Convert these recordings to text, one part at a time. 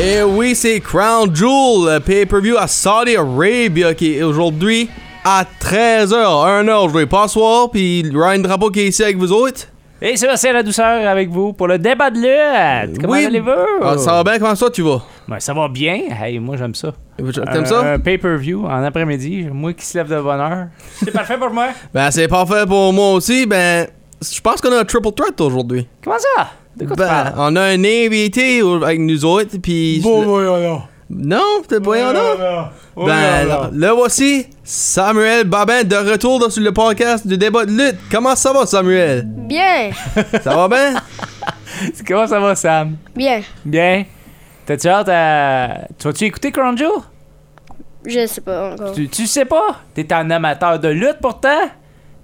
Eh oui, c'est Crown Jewel, le pay-per-view à Saudi Arabia qui est aujourd'hui à 13h, 1h. Je vais pas soir, puis Ryan Drapeau qui est ici avec vous autres. Et Sébastien La Douceur avec vous pour le débat de lutte. Comment Oui. allez-vous? Ah, ça va bien, comment ça tu vas? Ben, ça va bien. Hey, moi, j'aime ça. Ah, T'aimes Un- ça? Un pay-per-view en après-midi. Moi qui se lève de bonne heure. C'est parfait pour moi. Ben c'est parfait pour moi aussi, ben je pense qu'on a un triple threat aujourd'hui. Comment ça? De quoi tu Ben, parles? on a un invité au- avec nous autres, puis... Non, t'es pas rien, non? Oh Ben, là, le voici, Samuel Babin de retour dans- sur le podcast du débat de lutte. Comment ça va, Samuel? Bien, Ça va bien? Comment ça va, Sam? bien. Bien. T'as-tu hâte à... Tu vas-tu écouter Crown Jewel? Je sais pas encore. Tu, tu sais pas? T'es un amateur de lutte pourtant?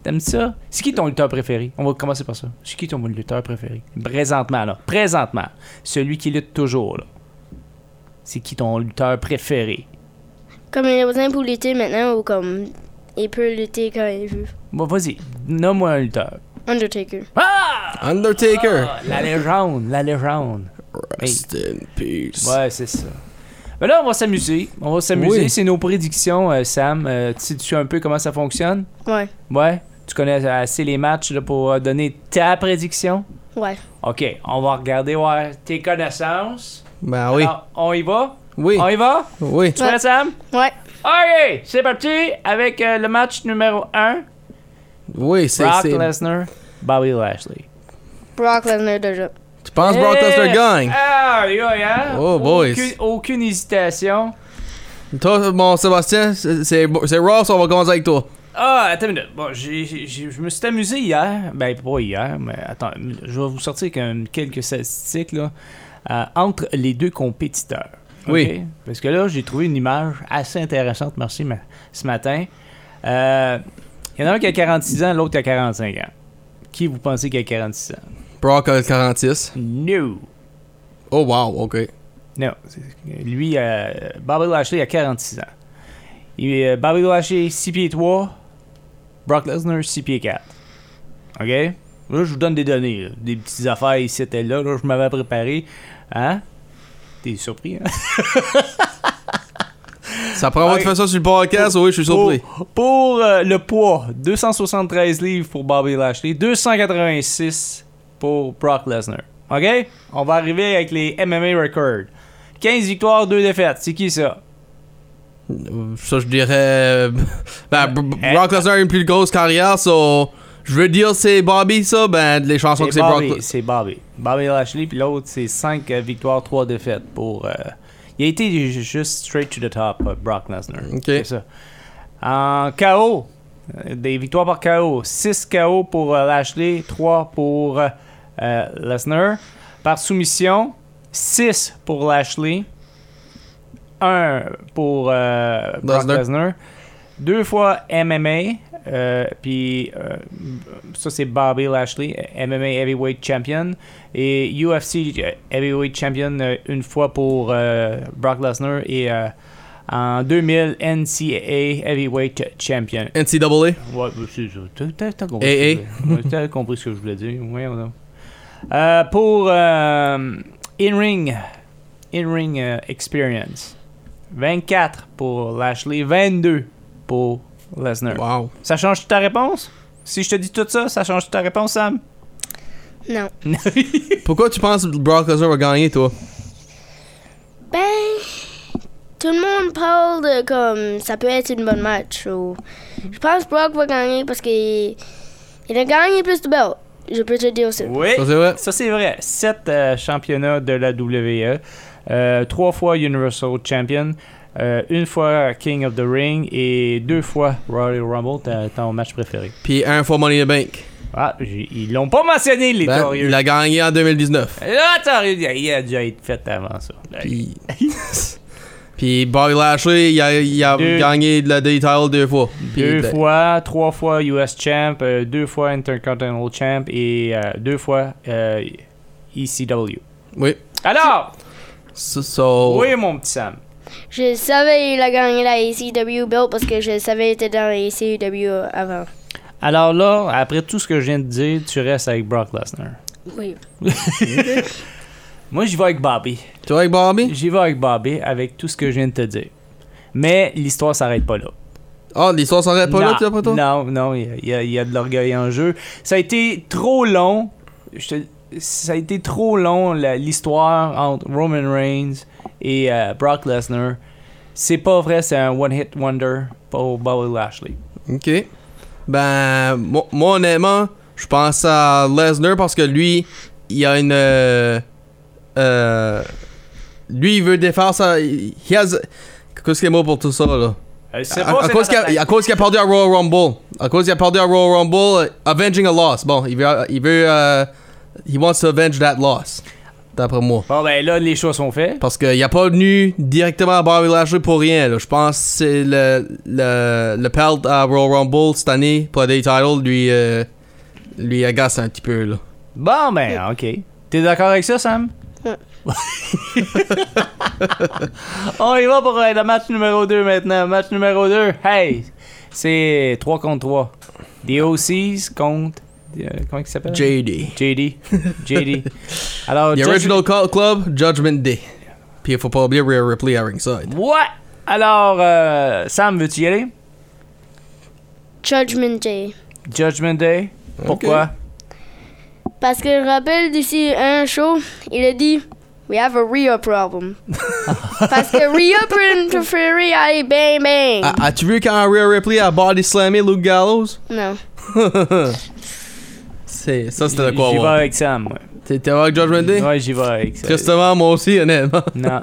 T'aimes ça? C'est qui ton lutteur préféré? On va commencer par ça. C'est qui ton lutteur préféré? Présentement, là. Présentement. Celui qui lutte toujours, là. C'est qui ton lutteur préféré? Comme il a besoin pour lutter maintenant ou comme il peut lutter quand il veut. Bon, vas-y. Nomme-moi un lutteur. Undertaker. Ah! Undertaker. Ah, La légende, la légende. Rest in peace. Ouais, c'est ça. Mais là, on va s'amuser. On va s'amuser. Oui. C'est nos prédictions, euh, Sam. Euh, tu sais tu sais un peu comment ça fonctionne? Ouais, Ouais? Tu connais assez les matchs là, pour euh, donner ta prédiction? ouais. OK, on va regarder voir tes connaissances. Ben oui. Alors, on y va? Oui. On y va? Oui. Tu prêt, Sam? Ouais, OK, c'est parti avec euh, le match numéro 1. Oui, c'est. Brock c'est- Lesnar, Bobby Lashley. Brock Lesnar déjà. Tu penses Brock Lesnar gagne? Ah, oui, oui, hein? Oh, boys. Aucune, aucune hésitation. Toi, mon Sébastien, c'est c'est- c'est Ross, on va commencer avec toi. Ah, attends une minute. Bon, j'ai- j'ai- j'ai- je me suis amusé hier. Ben, pas hier, mais attends. Je vais vous sortir quand- quelques statistiques, là. euh, entre les deux compétiteurs. Ok? Oui. Parce que là, j'ai trouvé une image assez intéressante, merci, ma- ce matin. Euh, Il y en a un qui a 46 ans, l'autre qui a 45 ans. Qui vous pensez qui a 46 ans? Brock a 46. No. Oh wow, ok. Non. c'est- Lui, euh, Bobby Lashley a 46 ans. Et, euh, Bobby Lashley, 6 pieds 3. Brock Lesnar, 6 pieds 4. OK? Là, je vous donne des données. là. Des petites affaires ici et là. là je m'avais préparé. Hein? T'es surpris, hein? Ça prend moi de Ok. faire ça sur le podcast, oui, je suis surpris. Pour, pour, euh, le poids, 273 livres pour Bobby Lashley. 286 pour Brock Lesnar. OK? On va arriver avec les MMA records. 15 victoires, 2 défaites. C'est qui ça? Oh. Ça, je dirais. Ben, Br- Br- Brock Lesnar a une plus grosse carrière, so. Je veux dire, c'est Bobby, ça, ben, les chansons que C'est c'est Brock. Bobby, c'est Bobby. Bobby Lashley, puis l'autre, c'est 5 victoires, 3 défaites pour. euh, il a été ju- juste straight to the top, euh, Brock Lesnar. Ok. C'est ça. En KO, euh, des victoires par KO. 6 KO pour euh, Lashley, 3 pour euh, euh, Lesnar. Par soumission, 6 pour Lashley, 1 pour euh, Brock Lesnar. Lesnar. Deux fois MMA, euh, puis euh, ça c'est Bobby Lashley, euh, MMA Heavyweight Champion, et UFC euh, Heavyweight Champion euh, une fois pour euh, Brock Lesnar, et euh, en 2000 NCAA Heavyweight Champion. NCAA. Ouais, ben, c'est ça. T'as- T'as t'as compris. Eh, ce que je voulais- ouais, T'as compris ce que je voulais dire. Voyons donc. Euh, pour euh, in-ring, in-ring euh, experience, 24 pour Lashley, 22 pour Lesnar. Wow. Ça change ta réponse? Si je te dis tout ça, ça change ta réponse, Sam? Non. Pourquoi tu penses que Brock Lesnar va gagner, toi? Ben, tout le monde parle de comme ça peut être une bonne match. ou- Je pense que Brock va gagner parce qu'il il a gagné plus de belts. Je peux te dire ça. oui. Ça, c'est vrai? Ça, c'est vrai. Sept euh, championnats de la WWE. euh, trois fois Universal Champion. euh, une fois King of the Ring. Et deux fois Royal Rumble, ta- ton match préféré. Puis un fois Money in the Bank. Ah, j'ai- ils l'ont pas mentionné, les Ah, Ben, Torieux. il a gagné en 2019. Là, Torieux, il a dû être fait avant ça. Puis. Puis Bobby Lashley, il a, il a Deux- gagné de la title deux fois. Puis ben- Deux il- fois, trois fois US Champ, euh, deux fois Intercontinental Champ et euh, deux fois euh, ECW. Oui. Alors, So, so- oui, mon petit Sam. Je savais qu'il a gagné la ACW belt parce que je savais qu'il était dans la ACW avant. Alors là, après tout ce que je viens de dire, tu restes avec Brock Lesnar. Oui. Moi, j'y vais avec Bobby. Tu vas avec Bobby? J'y vais avec Bobby avec tout ce que je viens de te dire. Mais l'histoire s'arrête pas là. Ah, l'histoire s'arrête pas non, là, tu vois, pas toi? Non, non, il y, a- il y a de l'orgueil en jeu. Ça a été trop long. Je te- ça a été trop long la- l'histoire entre Roman Reigns et euh, Brock Lesnar. C'est pas vrai, c'est un one-hit wonder pour Bobby Lashley. Ok. Ben, mo- moi, honnêtement, je pense à Lesnar parce que lui, il a une. euh, euh, lui, il veut défendre sa. He has. Qu'est-ce qu'il y a pour tout ça, là? À, à cause qu'il a, à cause qu'il a perdu à Royal Rumble. À cause qu'il a perdu à Royal Rumble, euh, avenging a loss. Bon, il veut. Il veut euh, he wants to avenge that loss. D'après moi. Bon, ben là, les choses sont faites. Parce qu'il a pas venu directement à Bobby Lashley pour rien. là. Je pense que c'est le, le, le pelt à Royal Rumble cette année pour des titles lui, euh, lui agace un petit peu. Là. Bon, ben, ok. T'es d'accord avec ça, Sam? Ouais. On y va pour euh, le match numéro 2 maintenant. Match numéro 2, hey! C'est 3 contre 3. The OCs contre. euh, comment il s'appelle? JD. JD. JD. Alors, The Judge- Original Cult Club, Judgment Day. Puis il faut pas oublier Rhea Ripley à ringside. Ouais! Alors, euh, Sam, veux-tu y aller? Judgment Day. Judgment Day. Pourquoi? Parce que je rappelle d'ici un show, il a dit We have a Rhea problem. Parce que Rhea peut interférer, allez, bang, bang. A- As-tu vu quand Rhea Ripley a body slammé Luke Gallows? Non. C'est, ça c'était de quoi J'y vais voir. avec Sam. ouais. T'es t'es avec Judgment Day? Ouais, j'y vais avec Sam. Tristement, moi aussi, honnêtement. Non.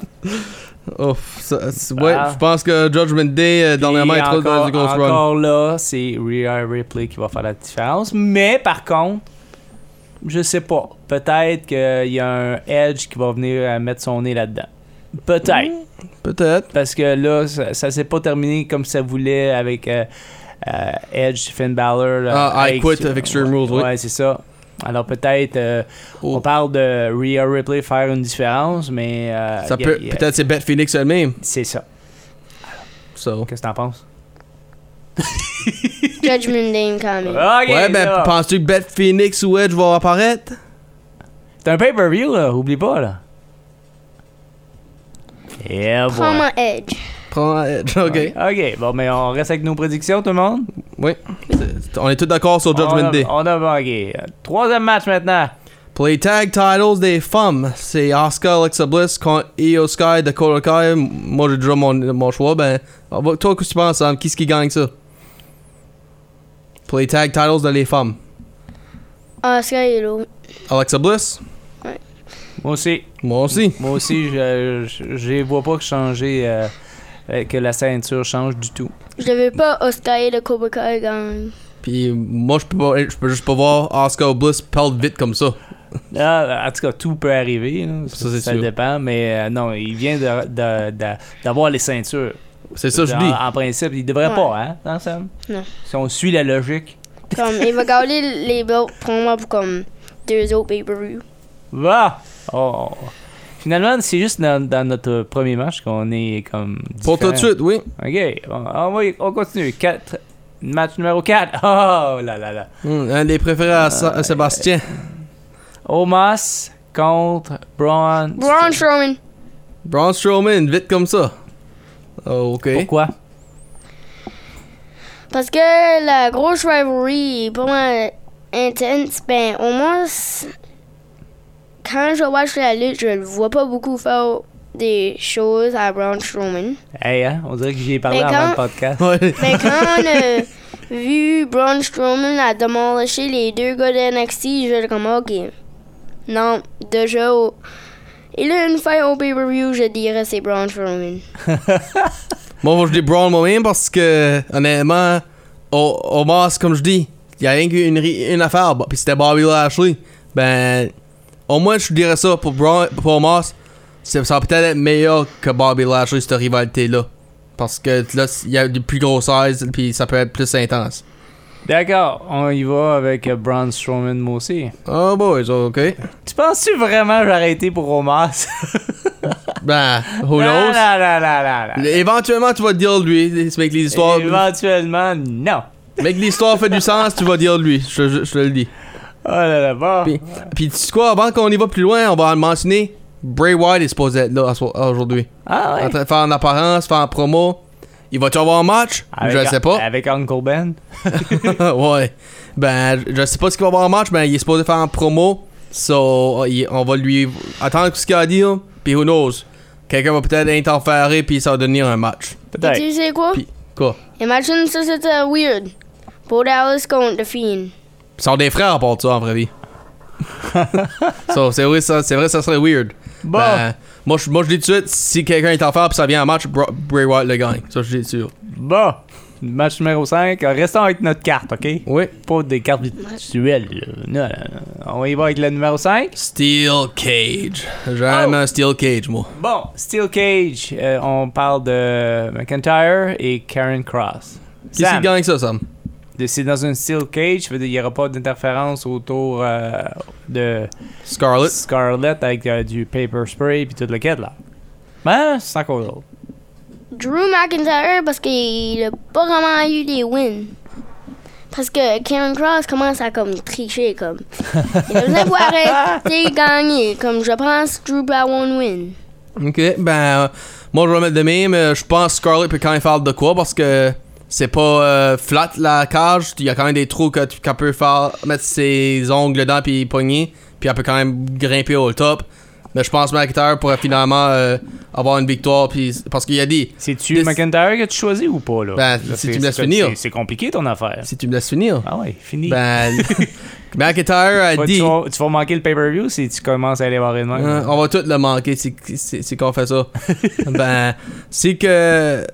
Ouf, ça- c'est- ouais, Ah. je pense que uh, Judgment Day, euh, dernièrement, Puis est trop dans encore, du ghost run. encore là, c'est Rhea Ripley qui va faire la différence. Mais par contre, je sais pas. Peut-être qu'il y a un Edge qui va venir euh, mettre son nez là-dedans. Peut-être. Mm. Peut-être. Parce que là, ça, ça s'est pas terminé comme ça voulait avec euh, euh, Edge, Finn Balor. là, Ah, I avec- quit avec Extreme Rules, oui. Ouais, c'est ça. Alors peut-être, euh, Oh. on parle de Rhea Ripley faire une différence, mais. euh, Ça y a- peut, y a- peut-être c'est Beth Phoenix elle-même. C'est ça. So. Qu'est-ce que t'en penses? Judgment Day coming. Ok, Ouais, ben là. penses-tu que Beth Phoenix ou Edge vont apparaître? C'est un pay-per-view, là. Oublie pas, là. Yeah, boy. Prends mon Edge. Prends Edge, ok. OK, bon, mais on reste avec nos prédictions, tout le monde. Oui. C'est- On est tous d'accord sur on Judgment a, Day. On a manqué. Troisième match maintenant. Pour les tag titles des femmes, c'est Asuka, Alexa Bliss contre Io Sky, Dakota Kai. Moi, j'ai déjà mon, mon choix. Ben, on va- toi, qu'est-ce que tu penses, Sam? Qui ce qui gagne ça? Pour les tag titles de les femmes. Oscar et l'autre. Alexa Bliss? Moi aussi. Moi aussi. Moi aussi, je, je, je vois pas que changer... euh, euh, que la ceinture change du tout. Je veux pas Oscar et le Cobra Kai gagne. Puis moi, je peux, pas- je peux juste pas voir Asuka ou Bliss perdre vite comme ça. Là, Ah, en tout cas, tout peut arriver. là. Ça, c'est sûr. dépend, mais euh, non, il vient de- de- de- d'avoir les ceintures. C'est ça, je en, dis. en principe, il devrait Ouais. pas, hein, hein, Sam? Non. Si on suit la logique. Comme, il va garder les belts pour moi pour comme deux autres pay-per-view. Va! Oh. Finalement, c'est juste dans, dans notre premier match qu'on est comme. Pour tout de différent. suite, oui. Ok, on, on va y- on continue. Quatre- match numéro 4. Oh là là là. Hmm, un des préférés à, Sa- à Sébastien. Omas contre Braun. Braun Strowman. Braun Strowman, vite comme ça. Oh, ok. Pourquoi? Parce que la grosse rivalry est pas mal intense. Ben, au moins, c- quand je watch la lutte, je le vois pas beaucoup faire des choses à Braun Strowman. Hey, hein, on dirait que j'y ai parlé Mais avant le quand- podcast. Ouais. Mais quand on a vu Braun Strowman à démolisher les deux gars de NXT, je suis comme, ok. Non, déjà, au- il a une fin au pay-per-view, je dirais c'est Braun Strowman. Moi, moi, je dis Braun moi-même parce que, honnêtement, au, au Mars, comme je dis, il y a rien qu'une ri- une affaire, bah, puis c'était Bobby Lashley. Ben, au moins, je dirais ça pour Braun, pour Omos, c'est- ça va peut-être être meilleur que Bobby Lashley, cette rivalité-là. Parce que là, il y a du plus gros size, puis ça peut être plus intense. D'accord, on y va avec euh, Braun Strowman, moi aussi. Oh, boys, ok. Tu penses-tu vraiment que j'ai arrêté pour Omas? Ben, who knows? Non, non, non, non, non, non. Éventuellement, tu vas dire lui, c'est avec les histoires. Éventuellement, non. Mec, l'histoire fait du sens, tu vas dire lui, je, je- je te le dis. Oh là là, bon. Puis, puis tu sais quoi, avant qu'on y va plus loin, on va en mentionner Bray Wyatt est supposé être là so- aujourd'hui. Ah ouais. En train de faire en apparence, faire en promo. Il va-tu avoir un match? Avec- je ne sais pas. Avec Uncle Ben. ouais. Ben, je sais pas ce qu'il va avoir en match, mais il est supposé faire en promo. So, il- on va lui attendre ce qu'il a à dire. Puis who knows? Quelqu'un va peut-être interférer, puis ça va devenir un match. Et tu sais quoi? Puis, quoi? Imagine ça, c'était weird. Paul Dallas contre The Fiend. Ils sont des frères à part de ça en vraie vie. so, c'est vrai, ça, c'est vrai, ça serait weird. Bon. Ben, moi, je, moi, je dis tout de suite, si quelqu'un est en fer puis ça vient en match, Bra- Bray Wyatt le gagne. Ça, je dis sûr. Bon. Match numéro 5. Restons avec notre carte, OK? Oui. Pas des cartes virtuelles. là. Non, non, non. On y va avec le numéro 5. Steel Cage. J'aime Oh. un Steel Cage, moi. Bon, Steel Cage. euh, on parle de McIntyre et Karen Cross. Qui c'est qui Sam, gagne ça, Sam? de- c'est dans une Steel Cage. ça veut dire Il n'y aura pas d'interférence autour euh, de Scarlett. Scarlett avec euh, du paper spray puis toute le quête, là. Ben, c'est encore l'autre. Drew McIntyre parce qu'il a pas vraiment eu des wins. Parce que Karen Cross commence à comme tricher comme. Il a besoin de voir arrêter gagner. Comme je pense Drew by one win. Ok, ben, euh, moi je vais mettre de même. euh, je pense Scarlett peut quand même faire de quoi parce que c'est pas euh, flat la cage. Il y a quand même des trous que tu- qu'elle peut faire, mettre ses ongles dedans puis pogner. Puis elle peut quand même grimper au top. Mais je pense que McIntyre pourrait finalement euh, avoir une victoire. Puis, parce qu'il a dit, C'est-tu Des- McIntyre que tu choisis ou pas, là? Ben, Là, si c'est- tu me laisses c'est- finir. c'est- C'est compliqué ton affaire. si tu me laisses finir, Ah ouais, fini. ben, McIntyre a Ouais, dit, tu, vas, tu vas manquer le pay-per-view si tu commences à aller voir une même. Hein, on va tout le manquer si, si, si qu'on fait ça. ben, c'est que.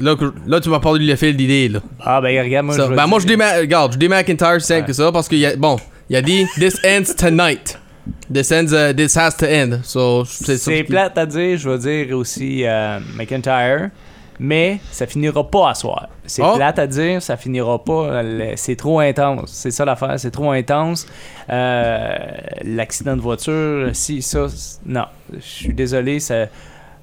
Là, que- là, tu m'as parlé du fil d'idées, là. Ah ben regarde, moi Ça, je vais ben te- moi je dis Ma- regarde, je dis McIntyre c'est simple Ouais. que ça parce que y a, bon, il a dit this ends tonight. This ends uh, this has to end. So C'est, ça qui- plate à dire, je vais dire aussi euh, McIntyre, mais ça finira pas à soir. C'est Oh. plate à dire, ça finira pas. le- C'est trop intense. C'est ça l'affaire, c'est trop intense. Euh, l'accident de voiture, si ça, c'est- non, je suis désolé, ça.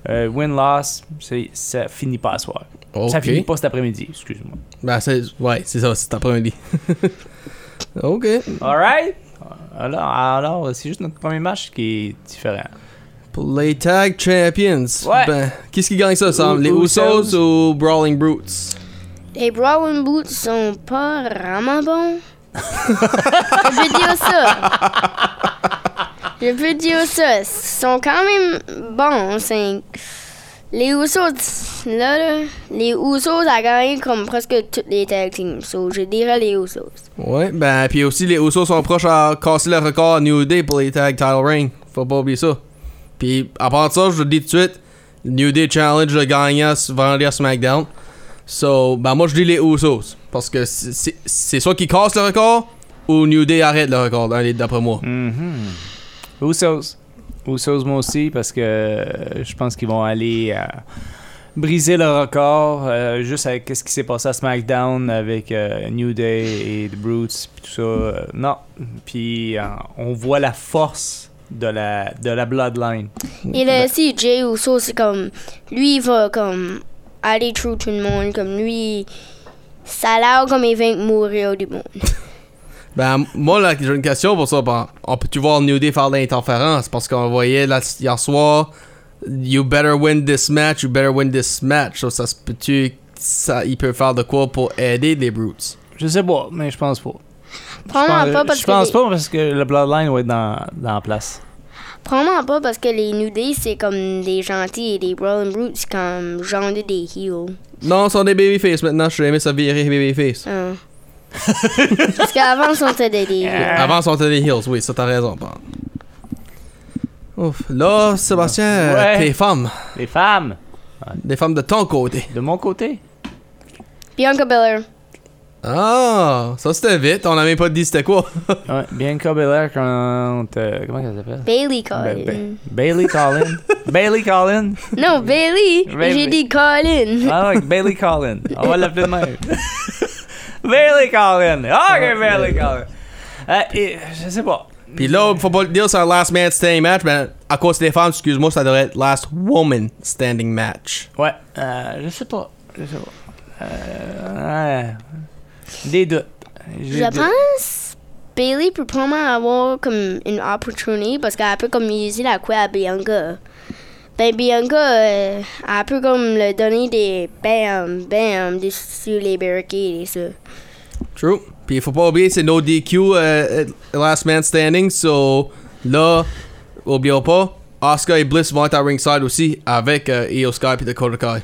euh, Win-loss, c'est- ça finit pas à soir. OK. Ça finit pas cet après-midi, excuse-moi. Ben c'est ouais, c'est ça, c'est après-midi. OK. Alright? Alors, alors, c'est juste notre premier match qui est différent. Pour les tag champions. Ouais. Ben, qu'est-ce qui gagne ça Sam? Ou- Les Usos. Usos ou Brawling Brutes? Les Brawling Boots sont pas vraiment bons. je peux dire ça. Je peux dire ça. Ils sont quand même bons. c'est- Les Usos, là, là, les Usos a gagné comme presque toutes les tag teams. So, je dirais les Usos. Ouais, ben puis aussi les Usos sont proches à casser le record à New Day pour les tag title reign. Faut pas oublier ça. Puis à part de ça, je le dis tout de suite, New Day challenge le gagnant ce vendredi à SmackDown. So, ben moi je dis les Usos parce que c'est- c'est c'est soit qui casse le record ou New Day arrête le record hein, les- d'après moi. Mhm. Usos. Usos, moi aussi, parce que euh, je pense qu'ils vont aller euh, briser le record euh, juste avec ce qui s'est passé à SmackDown avec euh, New Day et The Brutes, puis tout ça. Euh, non. Puis euh, on voit la force de la, de la Bloodline. Ben. Et là, si Jay Uso, c'est comme. Lui, il va comme. Aller through tout le monde. Comme lui. Ça a l'air comme il vient de mourir du monde. Ben moi là j'ai une question pour ça. Ben, on peut tu voir New Day faire de l'interférence parce qu'on voyait là, hier soir You better win this match, you better win this match. So, ça se peut-tu ça il peut faire de quoi pour aider les Brutes. Je sais pas, mais je pense pas. Probablement pas parce je pense que. pas parce que le Bloodline va être dans, dans la place. Probablement pas parce que les New Day, c'est comme des gentils et les Brawling Brutes, c'est comme genre de des heels. Non, ce sont des babyface maintenant, je suis aimé ça virer babyface. Hein. parce qu'avant, c'était des, des heels. Avant sont des heels, oui, ça t'as raison. Ben. Ouf. Là, Sébastien, euh, Ouais. t'es femme. Les femmes, Des femmes de ton côté. de mon côté. Bianca Belair. Ah, ça c'était vite, on a même pas dit c'était quoi. Ouais, Bianca Belair contre. euh, comment elle s'appelle? Bailey Ba- Collin. Ba- Bailey Collin. Bailey Collin. non, Bailey. Bailey. J'ai dit Collin. Ah ouais, Bailey Collin. On va l'appeler de même. Bailey Collin. Ah, Ok, Bailey Collin. Euh, et, je sais pas. Puis là, faut pas le dire, c'est un last man standing match, mais à cause des femmes, excuse-moi, ça devrait être last woman standing match. Ouais, euh, je sais pas. Je sais pas. Euh, ouais. Des doutes. J'ai Je des- pense Bailey peut probablement avoir comme une opportunité parce qu'elle peut comme utiliser la couette à Bianca. Ben Bianca, euh, elle peut comme le donner des bam, bam, des, sur les barricades et ça. True. Puis il faut pas oublier, c'est no DQ, euh, Last Man Standing. So là, oublions pas, Oscar et Bliss vont être à ringside aussi avec euh, Io Sky et Dakota Kai.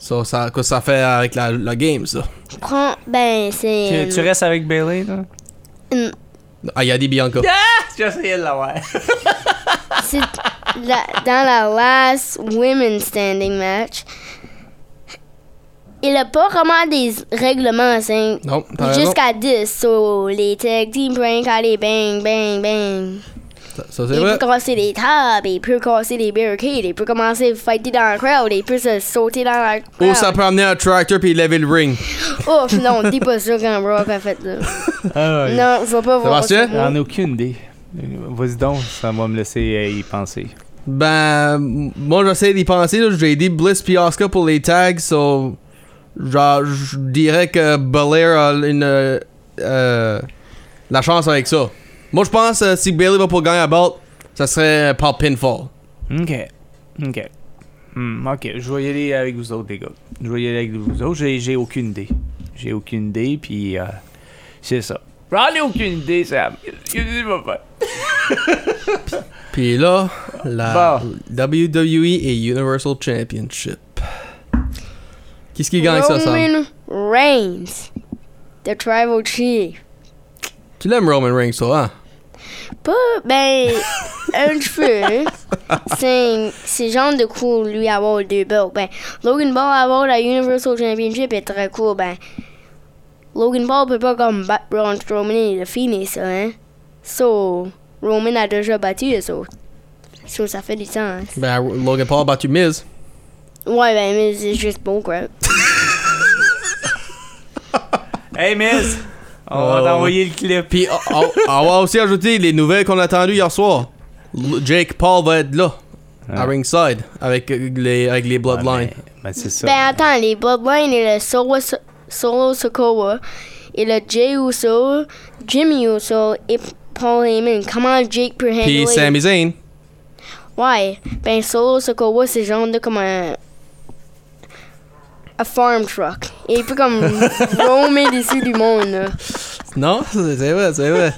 So, ça, que ça fait avec la, la game, ça. Prends, ben c'est. Tu, tu restes avec Bailey, là? une- Ah, il a dit Bianca. Ah! J'essayais de l'avoir. c'est la- dans la last women standing match. Il a pas vraiment des règlements à 5. Non, t'as raison. Jusqu'à 10, so les tag team prank, allez bang, bang, bang. Ça, ça, c'est Il vrai. peut casser les tables, il peut casser les barricades, il peut commencer à fighter dans la crowd, il peut se sauter dans la crowd. Ou Oh, ça peut amener un tractor puis lever le ring. Ouf, non, dis pas ça quand Brock a fait ça. Ah, ouais. Non, je vais pas voir marchait? ça. J'en ai aucune idée. Euh, Vas-y donc, ça va me laisser euh, y penser. Ben, m- moi j'essaie d'y penser. là. J'ai dit Bliss puis Oscar pour les tags. So, genre, je dirais que Belair a une, euh, euh, la chance avec ça. Moi je pense euh, si Bailey va pour gagner la belt, ça serait par pinfall. Ok. Ok. Hmm, ok, je vais y aller avec vous autres, les gars. Je vais y aller avec vous autres. J'ai, j'ai aucune idée. J'ai aucune idée, puis euh, c'est ça. J'en ai aucune idée, Sam. Qu'est-ce que tu vas faire? Puis là, la WWE et Universal Championship. Qu'est-ce qui gagne ça, Sam? Roman Reigns, the tribal chief. Tu l'aimes Roman Reigns, toi, hein? Pas, ben, un cheveu. hein. C'est c'est genre de cool, lui, avoir deux belts. Ben, Logan Paul avoir la Universal Championship est très cool. Ben, Logan Paul peut pas comme battre Braun Strowman et le finir, ça, hein. So, Roman a déjà battu les autres. So, ça fait du sens. Ben, Logan Paul a battu Miz. Ouais, ben, mais c'est juste bon, quoi. Hey, Miss! On va Oh. t'envoyer le clip. Puis on- on on va aussi ajouter les nouvelles qu'on a attendues hier soir. L- Jake Paul va être là, à ringside, avec euh, les, avec les Ah, Bloodlines. mais- mais c'est ça. Ben, attends, les Bloodline et le Solo, Solo Sokoa et le Jay Uso, Jimmy Uso et Paul Heyman. Comment Jake peut handler Puis Sami Zayn. Ouais, ben Solo Sokoa, c'est genre de comme un. un farm truck. Et il peut comme roamer dessus du monde, là. Non, c'est c'est vrai, c'est vrai.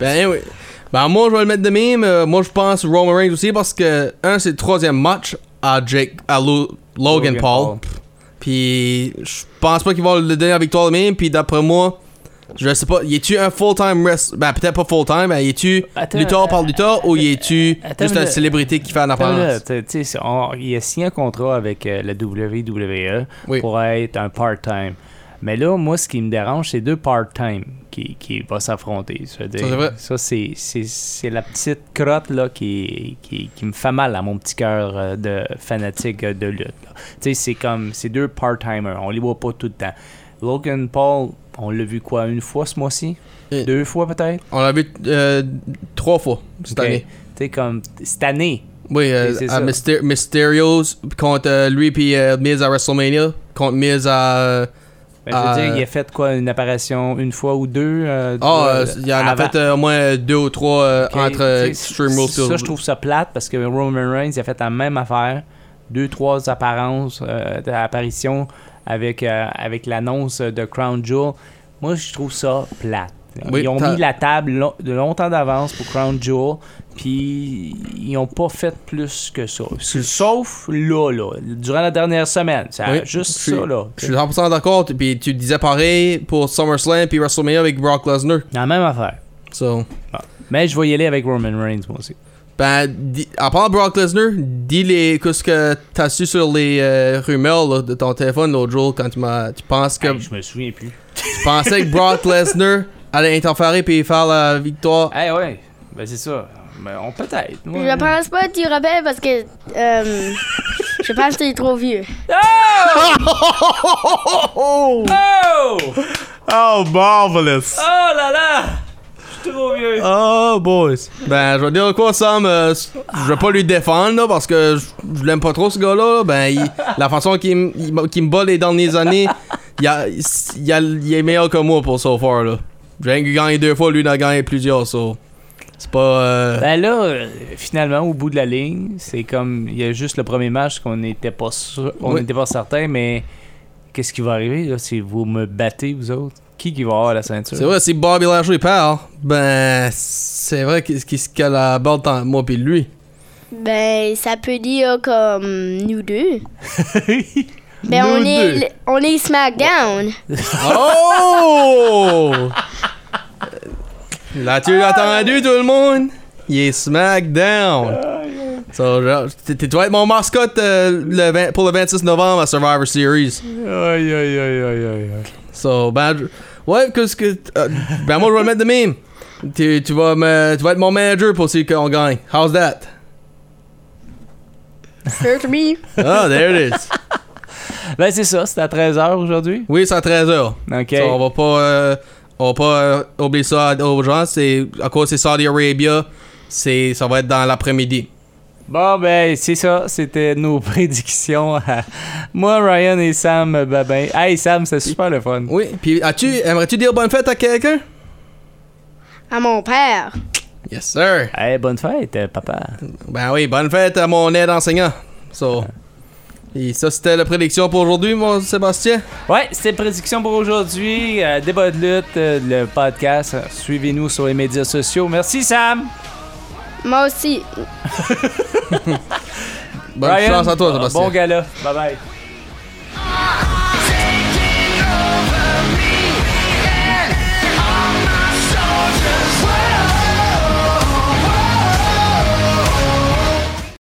ben, anyway. ben, moi, je vais le mettre de même. Euh, moi, je pense Roman Reigns aussi parce que, un, c'est le troisième match à, Jake, à Lo- Logan, Logan Paul. Paul. Puis, je pense pas qu'ils vont le donner la victoire de même. Puis, d'après moi, je sais pas, y est-tu un full-time wrestler Ben, peut-être pas full-time, mais y est-tu Attends, lutteur par euh, lutteur ou y es-tu attends juste une une minute. célébrité qui fait en Attends, là, apparence t'sais- t'sais, c'est- on- il a signé un contrat avec euh, la WWE Oui. pour être un part-time. Mais là, moi, ce qui me dérange, c'est deux part-time qui, qui vont s'affronter. Je veux dire, Ça, c'est vrai. Ça, c'est, c'est- c'est la petite crotte là, qui, qui, qui me fait mal à mon petit cœur euh, de fanatique euh, de lutte. là. Tu sais, c'est comme, c'est deux part-timers. On les voit pas tout le temps. Logan Paul, on l'a vu quoi, une fois ce mois-ci? Euh, Deux fois peut-être? On l'a vu euh, trois fois cette Ok. année. Tu sais, comme, cette année, Oui, euh, Et c'est à ça. Myster- Mysterios contre euh, lui puis euh, Miz à WrestleMania contre Miz à Ben, je veux Euh, dire, il a fait quoi, une apparition une fois ou deux? euh, oh euh, euh, il y en a avant. fait euh, au moins deux ou trois euh, Ok, entre tu euh, sais, Extreme Rules. Ça, je trouve ça plate parce que Roman Reigns il a fait la même affaire. Deux, trois apparences, euh, apparitions avec, euh, avec l'annonce de Crown Jewel. Moi, je trouve ça plate. Oui, ils ont t'as- mis la table lo- de longtemps d'avance pour Crown Jewel, puis ils n'ont pas fait plus que ça. Sauf là, là, durant la dernière semaine. Ça, Oui, juste je suis- ça, là. Je suis 100% d'accord puis tu disais pareil pour SummerSlam puis WrestleMania avec Brock Lesnar. La même affaire. So Mais je vais y aller avec Roman Reigns, moi aussi. ben dis- à part Brock Lesnar, dis les qu'est-ce que t'as su sur les euh, rumeurs là, de ton téléphone l'autre jour quand tu m'as tu penses que Hey, je me souviens plus. tu pensais que Brock Lesnar allait interférer puis faire la victoire Eh ouais, ben c'est ça. Ben, on peut-être. moi. Je pense pas que tu rappelles parce que. euh, je pense que t'es trop vieux. Oh! Oh, marvelous! Oh là là! Je suis trop vieux. Oh, boys! Ben, je vais dire quoi, Sam? euh, s- je vais pas lui défendre, là, parce que je, je l'aime pas trop, ce gars-là. là. Ben, il- la façon qu'il m- il m'a- qu'il me bat les dernières années, il, a, il, a- il est meilleur que moi pour so far, là. Drake a gagné deux fois, lui, il en a gagné plusieurs, so. C'est pas. euh, Ben là, euh, finalement, au bout de la ligne, c'est comme. Il y a juste le premier match qu'on n'était pas sûr- on Oui. n'était pas certain, mais qu'est-ce qui va arriver là, si vous me battez, vous autres Qui qui va avoir la ceinture C'est vrai, si Bobby Lashley perd, ben, c'est vrai qu'il qu'il se cale à la barre entre moi pis lui. Ben, ça peut dire comme nous deux. Ben, Nous on, Est, deux. le- on est SmackDown. Oh! L'as-tu entendu, tout le monde? Il est SmackDown. So, genre, t- t- tu vas être mon mascotte euh, le 20 pour le 26 novembre à Survivor Series. Aïe, aïe, aïe, aïe, aïe, aïe. So, ben, je- ouais, qu'est-ce que. euh, ben, moi, je vais le mettre de même. Tu, tu, vas me, tu vas être mon manager pour si qu'on gagne. How's that? Hurt me. Oh, there it is. Ben c'est ça, c'est à 13h aujourd'hui. Oui, c'est à 13h. Ok. Ça, on va pas, euh, on va pas euh, oublier ça à- aux gens. C'est à cause c'est Saudi Arabia. C'est, ça va être dans l'après-midi. Bon, ben, c'est ça. C'était nos prédictions. à- Moi, Ryan et Sam Babin. Hey, Sam, c'est super le fun. Oui. Puis, as-tu, aimerais-tu dire bonne fête à quelqu'un? À mon père. Yes, sir. Hey, bonne fête, euh, papa. Ben oui, bonne fête à mon aide enseignant. So, et ça, c'était la prédiction pour aujourd'hui, mon Sébastien. Ouais, c'était prédiction pour aujourd'hui. Euh, débat de lutte, euh, le podcast. Suivez-nous sur les médias sociaux. Merci, Sam. Moi aussi. Bonne Ryan, chance à toi, euh, Sébastien. Bon gala. Bye bye.